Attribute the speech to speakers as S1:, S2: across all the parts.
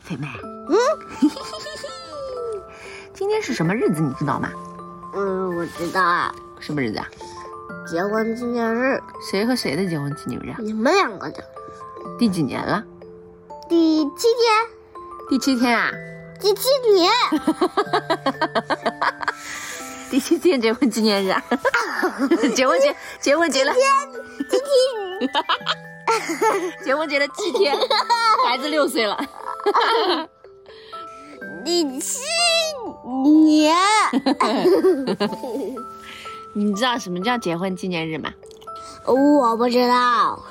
S1: 肥妹，嗯， 今天是什么日子，你知道吗？
S2: 嗯，我知道啊，
S1: 什么日子啊？
S2: 结婚纪念日，
S1: 谁和谁的结婚纪念日啊？
S2: 你们两个的
S1: 第几年了？
S2: 第七天，
S1: 第七天啊？
S2: 第七年，
S1: 第七天结婚纪念 日啊？结婚结结婚结了，结婚结了七天，孩子六岁了，
S2: 第七年，
S1: 你知道什么叫结婚纪念日吗？
S2: 我不知道，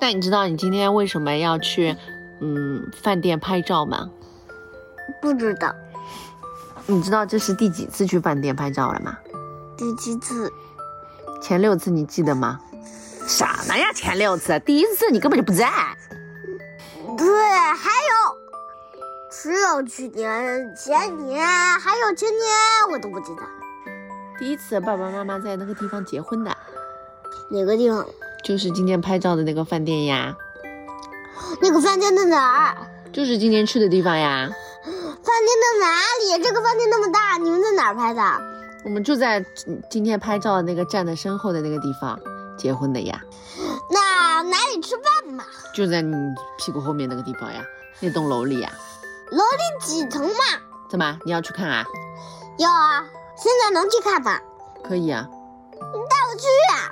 S1: 那你知道你今天为什么要去嗯饭店拍照吗？
S2: 不知道
S1: 你知道这是第几次去饭店拍照了吗？
S2: 第七次，
S1: 前六次你记得吗？什么呀？前六次，第一次你根本就不在。
S2: 对，还有，只有去年、前年，还有前年，我都不记得
S1: 第一次爸爸妈妈在那个地方结婚的，
S2: 哪个地方，
S1: 就是今天拍照的那个饭店呀，
S2: 那个饭店在哪儿？
S1: 就是今天去的地方呀。
S2: 饭店在哪里？这个饭店那么大，你们在哪儿拍的？
S1: 我们就在嗯今天拍照的那个站的身后的那个地方结婚的呀，
S2: 那哪里吃饭嘛？
S1: 就在你屁股后面那个地方呀，那栋楼里呀。
S2: 楼里几层嘛？
S1: 怎么？你要去看啊？
S2: 要啊，现在能去看吗？
S1: 可以啊，
S2: 带我去啊！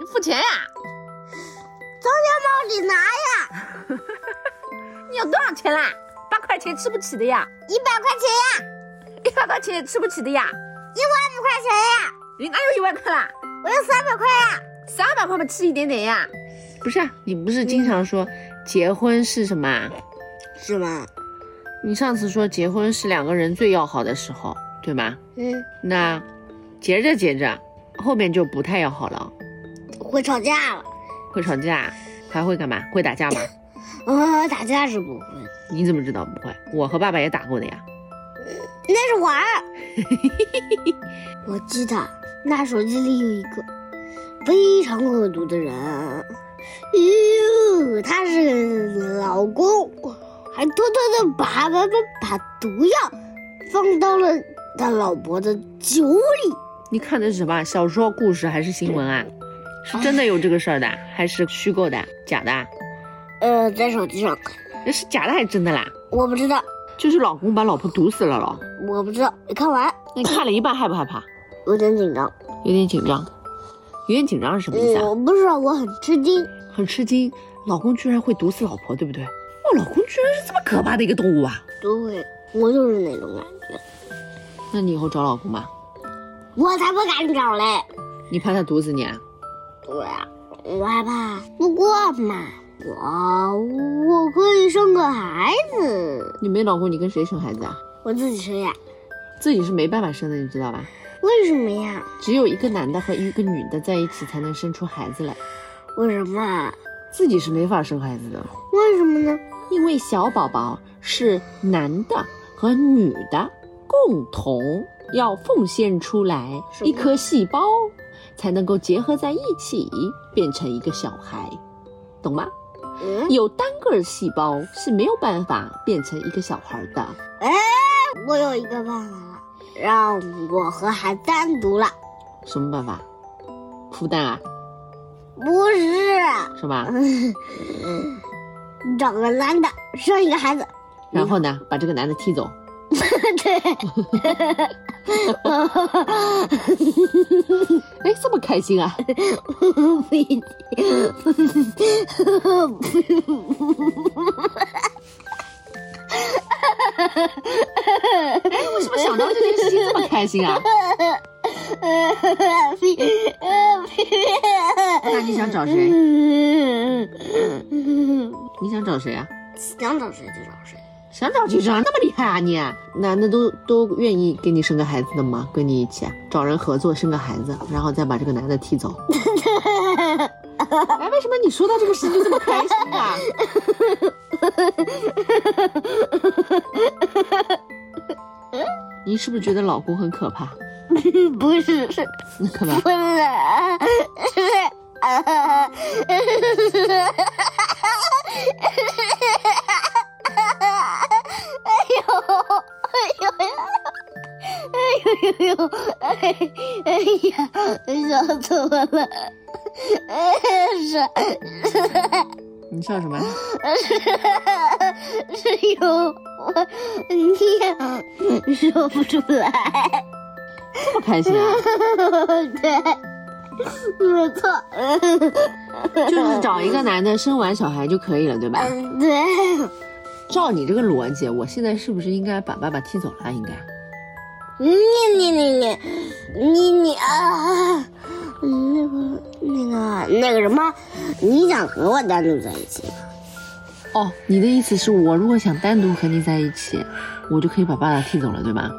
S1: 你付钱呀、
S2: 从钱包里拿呀，
S1: 你有多少钱啦？八块钱吃不起的呀，
S2: 一百块钱呀，
S1: 一百块钱也吃不起的呀，
S2: 一万块钱呀，
S1: 你哪有一万块啦？
S2: 我有三百块呀。
S1: 三百块嘛，吃一点点呀。不是啊，你不是经常说结婚是什么啊？
S2: 是吗？
S1: 你上次说结婚是两个人最要好的时候，对吗？
S2: 嗯，
S1: 那结着结着，后面就不太要好了，
S2: 会吵架了。
S1: 会吵架，还会干嘛？会打 架吗？
S2: 呃，打架是不会，
S1: 你怎么知道不会？我和爸爸也打过的呀。
S2: 那是玩儿。 我记得那手机里有一个非常恶毒的人，哟，他是个老公，还偷偷的把把把把毒药放到了他老婆的酒里。
S1: 你看的是什么啊小说故事还是新闻啊？是真的有这个事儿的，还是虚构的、假的？啊
S2: 呃，在手机上看，
S1: 那是假的还是真的啦？
S2: 我不知道，
S1: 就是老公把老婆毒死了咯。
S2: 我不知道，没看完，
S1: 那你看了一半害不害怕？
S2: 有点紧张。嗯
S1: 有点紧张，有点紧张是什么意思啊？
S2: 我不是，我很吃惊。
S1: 很吃惊，老公居然会毒死老婆，对不对？哦哇，老公居然是这么可怕的一个动物啊！
S2: 对，我就是那种感觉，
S1: 那你以后找老公吧，
S2: 我才不敢找嘞。
S1: 你怕他毒死你啊？
S2: 对啊，我害怕。不过嘛，我我可以生个孩子，
S1: 你没老公，你跟谁生孩子啊？
S2: 我自己生呀。
S1: 自己是没办法生的，你知道吧？
S2: 为什么呀？
S1: 只有一个男的和一个女的在一起才能生出孩子来，
S2: 为什么啊？
S1: 自己是没法生孩子的，
S2: 为什么呢？
S1: 因为小宝宝是男的和女的共同要奉献出来
S2: 什么
S1: 一颗细胞，才能够结合在一起变成一个小孩，懂吗？
S2: 嗯，
S1: 有单个细胞是没有办法变成一个小孩的。
S2: 哎我有一个办法了，让我和孩子单独了。
S1: 什么办法？孵蛋啊，
S2: 不是，啊
S1: 是吧？
S2: 嗯找个男的生一个孩子。
S1: 然后呢，把这个男的踢走。
S2: 对，
S1: 哎，这么开心啊！哎
S2: 不一定，
S1: 哎，为什么想到这件事情这么开心啊？那你想找谁？你想找谁啊？
S2: 想找谁就找谁。
S1: 想找谁找？那么厉害啊你？男的都都愿意给你生个孩子的吗？跟你一起啊找人合作生个孩子，然后再把这个男的踢 走。哎，为什么你说到这个事情就这么开心啊？你是不是觉得老公很可怕？
S2: 不是，是
S1: 很可怕。
S2: 不是？哎呀，笑死我了！哎，是
S1: 你笑什么？
S2: 是是有我，你也说不出来。
S1: 这么开心啊！
S2: 对，没错。
S1: 就是找一个男的生完小孩就可以了，对吧？
S2: 嗯，对，
S1: 照你这个逻辑，我现在是不是应该把爸爸踢走了？啊应该。
S2: 你你你你你你啊，那个那个那个什么，你想和我单独在一起吗？
S1: 哦，你的意思是我如果想单独和你在一起，我就可以把爸爸踢走了，对吧？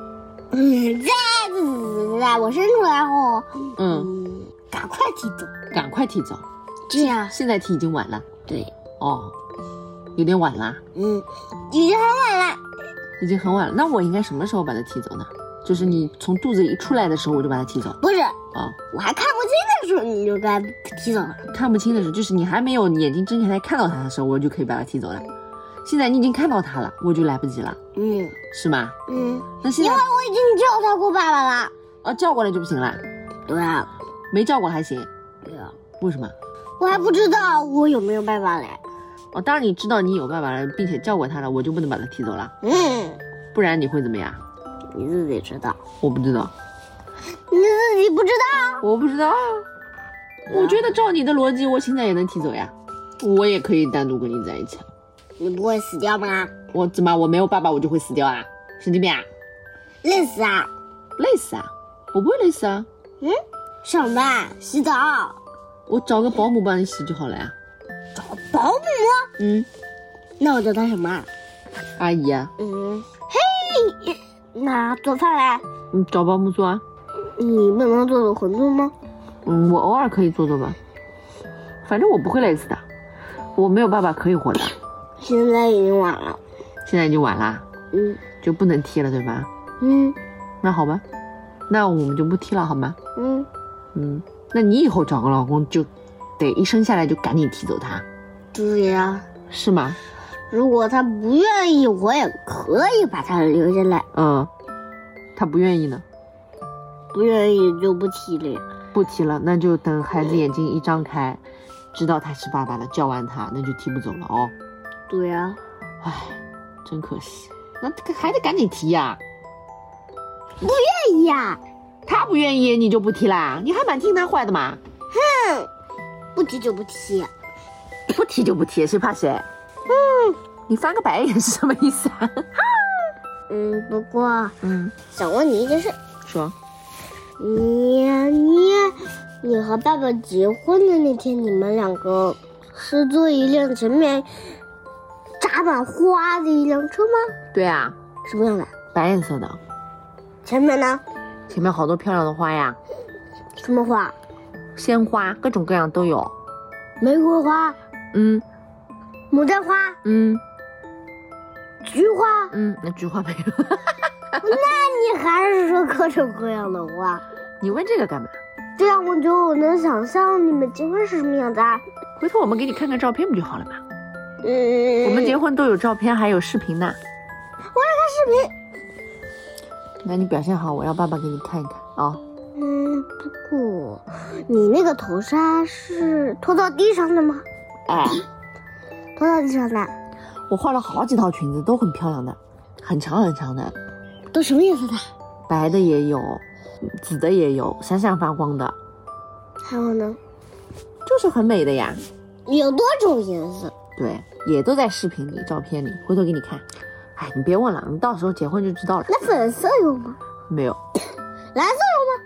S2: 嗯，在子在我伸出来后，
S1: 嗯，
S2: 嗯，赶快踢走，
S1: 赶快踢走，
S2: 这样
S1: 现在踢已经晚了。
S2: 对，
S1: 哦，有点晚啦，
S2: 嗯，已经很晚了，
S1: 已经很晚了。那我应该什么时候把他踢走呢？就是你从肚子里出来的时候，我就把他踢走
S2: 不是，
S1: 啊、
S2: 我还看不清的时候你就该踢走了，
S1: 看不清的时候，就是你还没有眼睛睁开来看到他的时候，我就可以把他踢走了。现在你已经看到他了，我就来不及了，
S2: 嗯
S1: 是吗？
S2: 嗯，
S1: 那现
S2: 因
S1: 在
S2: 为我已经叫他过爸爸了，
S1: 啊叫过来就不行了，
S2: 对啊，
S1: 没叫过还行，
S2: 对啊，
S1: 为什么？
S2: 我还不知道我有没有办法来，
S1: 哦，当然你知道你有爸爸了，并且叫过他了，我就不能把他踢走了，
S2: 嗯，
S1: 不然你会怎么样？
S2: 你自己知道，
S1: 我不知道，
S2: 你自己不知道，
S1: 我不知道啊。我觉得照你的逻辑，我现在也能踢走呀，我也可以单独跟你在一起啊。
S2: 你不会死掉吗？
S1: 我怎么我没有爸爸我就会死掉啊？神经病啊！
S2: 累死啊！
S1: 累死啊！我不会累死啊！
S2: 嗯，上班、洗澡、
S1: 我找个保姆帮你洗就好了呀、
S2: 找保姆，
S1: 嗯，
S2: 那我叫他什么啊？
S1: 阿姨啊，
S2: 嗯，嘿，那做饭来，
S1: 你找保姆做啊。
S2: 你不能做做馄饨吗？
S1: 嗯，我偶尔可以做做吧，反正我不会累死的。我没有爸爸可以活的。
S2: 现在已经晚了，
S1: 现在已经晚啦，
S2: 嗯
S1: 就不能踢了，对吧？
S2: 嗯
S1: 那好吧，那我们就不踢了，好吗？
S2: 嗯，
S1: 嗯，那你以后找个老公就得一生下来就赶紧踢走他，
S2: 对呀、
S1: 是吗？
S2: 如果他不愿意，我也可以把他留下来，
S1: 嗯，他不愿意呢，
S2: 不愿意就不提了呀。
S1: 不踢了，那就等孩子眼睛一张开，知道他是爸爸了，叫完他，那就踢不走了哦。
S2: 对呀、
S1: 唉，真可惜，那这个还得赶紧踢呀、
S2: 哎呀，
S1: 他不愿意你就不踢啦，你还蛮听他话的嘛，
S2: 不提就不提，
S1: 不踢就不踢，谁怕谁？嗯，你翻个白眼是什么意思啊？
S2: 嗯，不过
S1: 嗯，
S2: 想问你一件事，
S1: 说。
S2: 你你你和爸爸结婚的那天，你们两个是坐一辆前面扎满花的一辆车吗？
S1: 对啊，
S2: 什么样的？
S1: 白颜色的，
S2: 前面呢？
S1: 前面好多漂亮的花呀，
S2: 什么花？
S1: 鲜花，各种各样都有。
S2: 玫瑰花、
S1: 嗯
S2: 牡丹花、
S1: 嗯
S2: 菊花。
S1: 嗯，那菊花没有。
S2: 那你还是说各种各样的花？
S1: 你问这个干嘛？
S2: 这样我就能想象你们结婚是什么样的啊。
S1: 回头我们给你看看照片不就好了吗？
S2: 嗯，
S1: 我们结婚都有照片，还有视频呢。
S2: 视频。
S1: 那你表现好，我让爸爸给你看一看啊、
S2: 嗯，不过你那个头纱是拖到地上的吗？
S1: 哎，
S2: 拖到地上的。
S1: 我画了好几套裙子，都很漂亮的，很长很长的，
S2: 都什么颜色的？
S1: 白的也有，紫的也有，闪闪发光的，
S2: 还有呢？
S1: 就是很美的呀。
S2: 有多种颜色。
S1: 对，也都在视频里、照片里，回头给你看。哎，你别问了，你到时候结婚就知道了。
S2: 那粉色有吗？
S1: 没有，
S2: 蓝色有吗？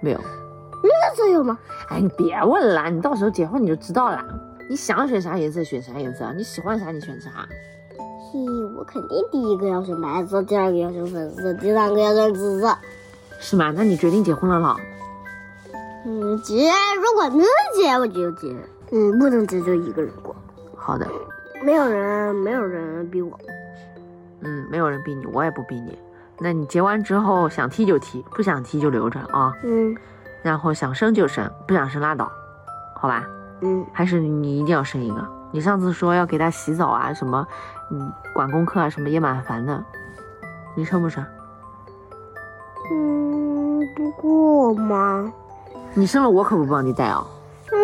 S1: 没有。
S2: 绿色有吗？
S1: 哎，你别问了，你到时候结婚你就知道了。你想选啥颜色选啥颜色，你喜欢啥你选啥。
S2: 嘿，我肯定第一个要选白色，第二个要选粉色，第三个要选紫色。
S1: 是吗？那你决定结婚了咯？
S2: 嗯，结，如果能结我就结，嗯，不能结就一个人过。
S1: 好的，
S2: 没有人，没有人逼我。
S1: 嗯，没有人逼你，我也不逼你。那你结完之后想踢就踢，不想踢就留着啊。
S2: 嗯
S1: 然后想生就生，不想生拉倒，好吧？
S2: 嗯，
S1: 还是你一定要生一个？你上次说要给他洗澡啊，什么，嗯，管功课啊，什么也蛮烦的。你生不生？
S2: 嗯，帮不过吗？
S1: 你生了我可不帮你带啊、
S2: 嗯，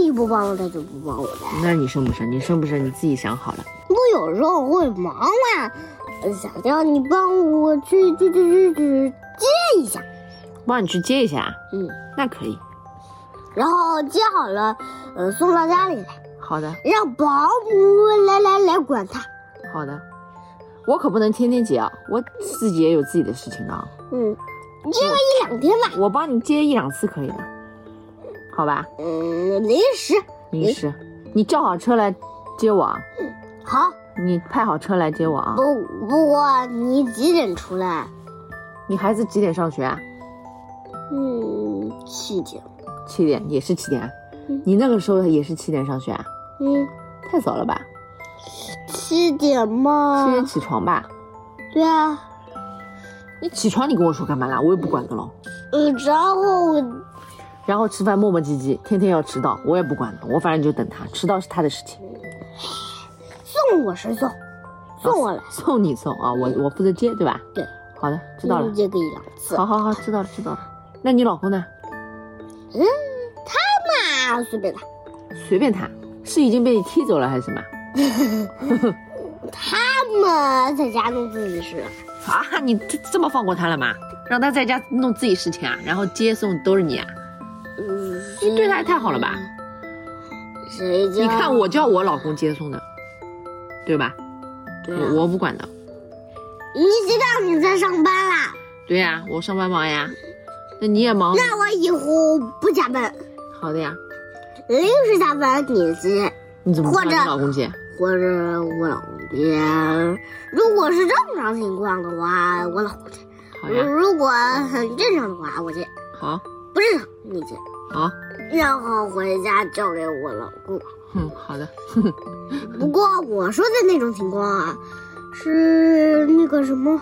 S2: 你不帮我带就不帮我带。
S1: 那你生不生？你生不生？你自己想好了。
S2: 我有时候会忙嘛、呃想让你帮我去去去去去接一下，
S1: 帮你去接一下啊，
S2: 嗯，
S1: 那可以。
S2: 然后接好了，呃，送到家里来，
S1: 好的，
S2: 让保姆来来来管他。
S1: 好的。我可不能天天接啊，我自己也有自己的事情的啊。
S2: 嗯，接个一两天吧，
S1: 我帮你接一两次可以的，好吧？
S2: 嗯，临时
S1: 临时，你叫好车来接我啊，
S2: 好。
S1: 你派好车来接我啊。
S2: 不不过你几点出来？
S1: 你孩子几点上学啊？
S2: 嗯，七点。
S1: 七点，也是七点啊
S2: 嗯。
S1: 你那个时候也是七点上学啊？
S2: 嗯，
S1: 太早了吧？
S2: 七点嘛
S1: 七点起床吧？
S2: 对啊，
S1: 你起床你跟我说干嘛啦？我也不管的喽。
S2: 嗯，然后我
S1: 然后吃饭磨磨唧唧，天天要迟到，我也不管了，我反正就等他，迟到是他的事情。
S2: 送我是送，送我来。
S1: 送你送啊，我我负责接，对吧？
S2: 嗯对，
S1: 好的，知道了
S2: 嗯。接个一两次。
S1: 好好好，知道了知道了。那你老公呢？
S2: 嗯，他啊嘛，随便他，
S1: 随便他，是已经被踢走了还是什么？
S2: 他嘛在家弄自己事。
S1: 啊，你这这么放过他了吗？让他在家弄自己事情啊，然后接送都是你啊？
S2: 嗯，
S1: 你对他也太好了吧？
S2: 谁叫？
S1: 你看我叫我老公接送的，对吧？
S2: 对啊，
S1: 我我不管的。
S2: 你知道你在上班啦，
S1: 对呀、我上班忙呀，那你也忙。
S2: 那我以后不加班，
S1: 好的呀，
S2: 临时加班你接。
S1: 你怎么不
S2: 或
S1: 让
S2: 者
S1: 你老公接？
S2: 或者我老公接。如果是正常情况的话，我老公接；
S1: 好呀，
S2: 如果很正常的话，我接；
S1: 好，
S2: 不正常你接。
S1: 好，
S2: 然后回家交给我老公。
S1: 嗯，好的。
S2: 不过我说的那种情况啊，是那个什么，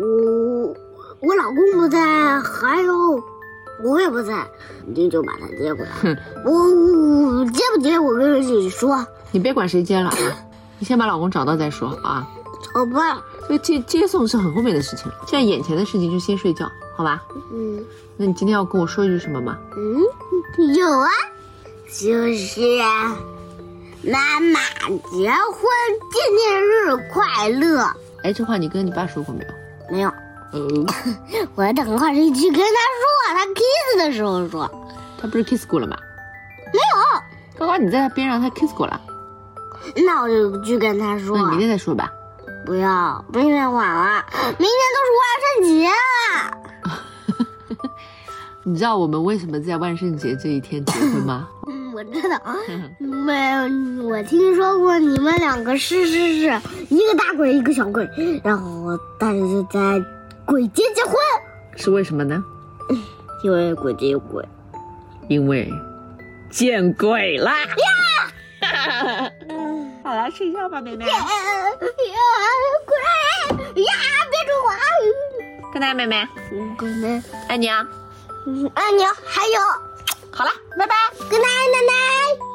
S2: 我我老公不在，还有我也不在，你就把他接过来。
S1: 哼
S2: 我我我接不接，我跟你说，
S1: 你别管谁接了啊，你先把老公找到再说啊。
S2: 好吧？
S1: 这接接送是很后面的事情，现在眼前的事情就先睡觉，好吧？
S2: 嗯。
S1: 那你今天要跟我说一句什么吗？
S2: 嗯，有啊，就是妈妈结婚纪念日快乐。
S1: 哎，这话你跟你爸说过没有？
S2: 没有，
S1: 呃，
S2: 我等会儿就去跟他说，他 kiss 的时候说。
S1: 他不是 kiss 过了吗？没有。刚刚你在他边上，他 kiss 过了，
S2: 那我就去跟他说
S1: 那，你明天再说吧。
S2: 不要，明天晚了，明天都是万圣节了。
S1: 你知道我们为什么在万圣节这一天结婚吗？
S2: 嗯，我知道，没，我听说过你们两个是是是一个大鬼一个小鬼，然后大家就在鬼节结婚，
S1: 是为什么呢？
S2: 因为鬼节有鬼。
S1: 因为见鬼啦！ 好了，睡觉吧，妹
S2: 哎
S1: 妹。
S2: 呀，鬼呀，别住我啊！
S1: good night，妹妹，
S2: 鬼呢？
S1: 爱你啊。
S2: 啊，牛还有，
S1: 好了，拜拜。
S2: good night，奶奶。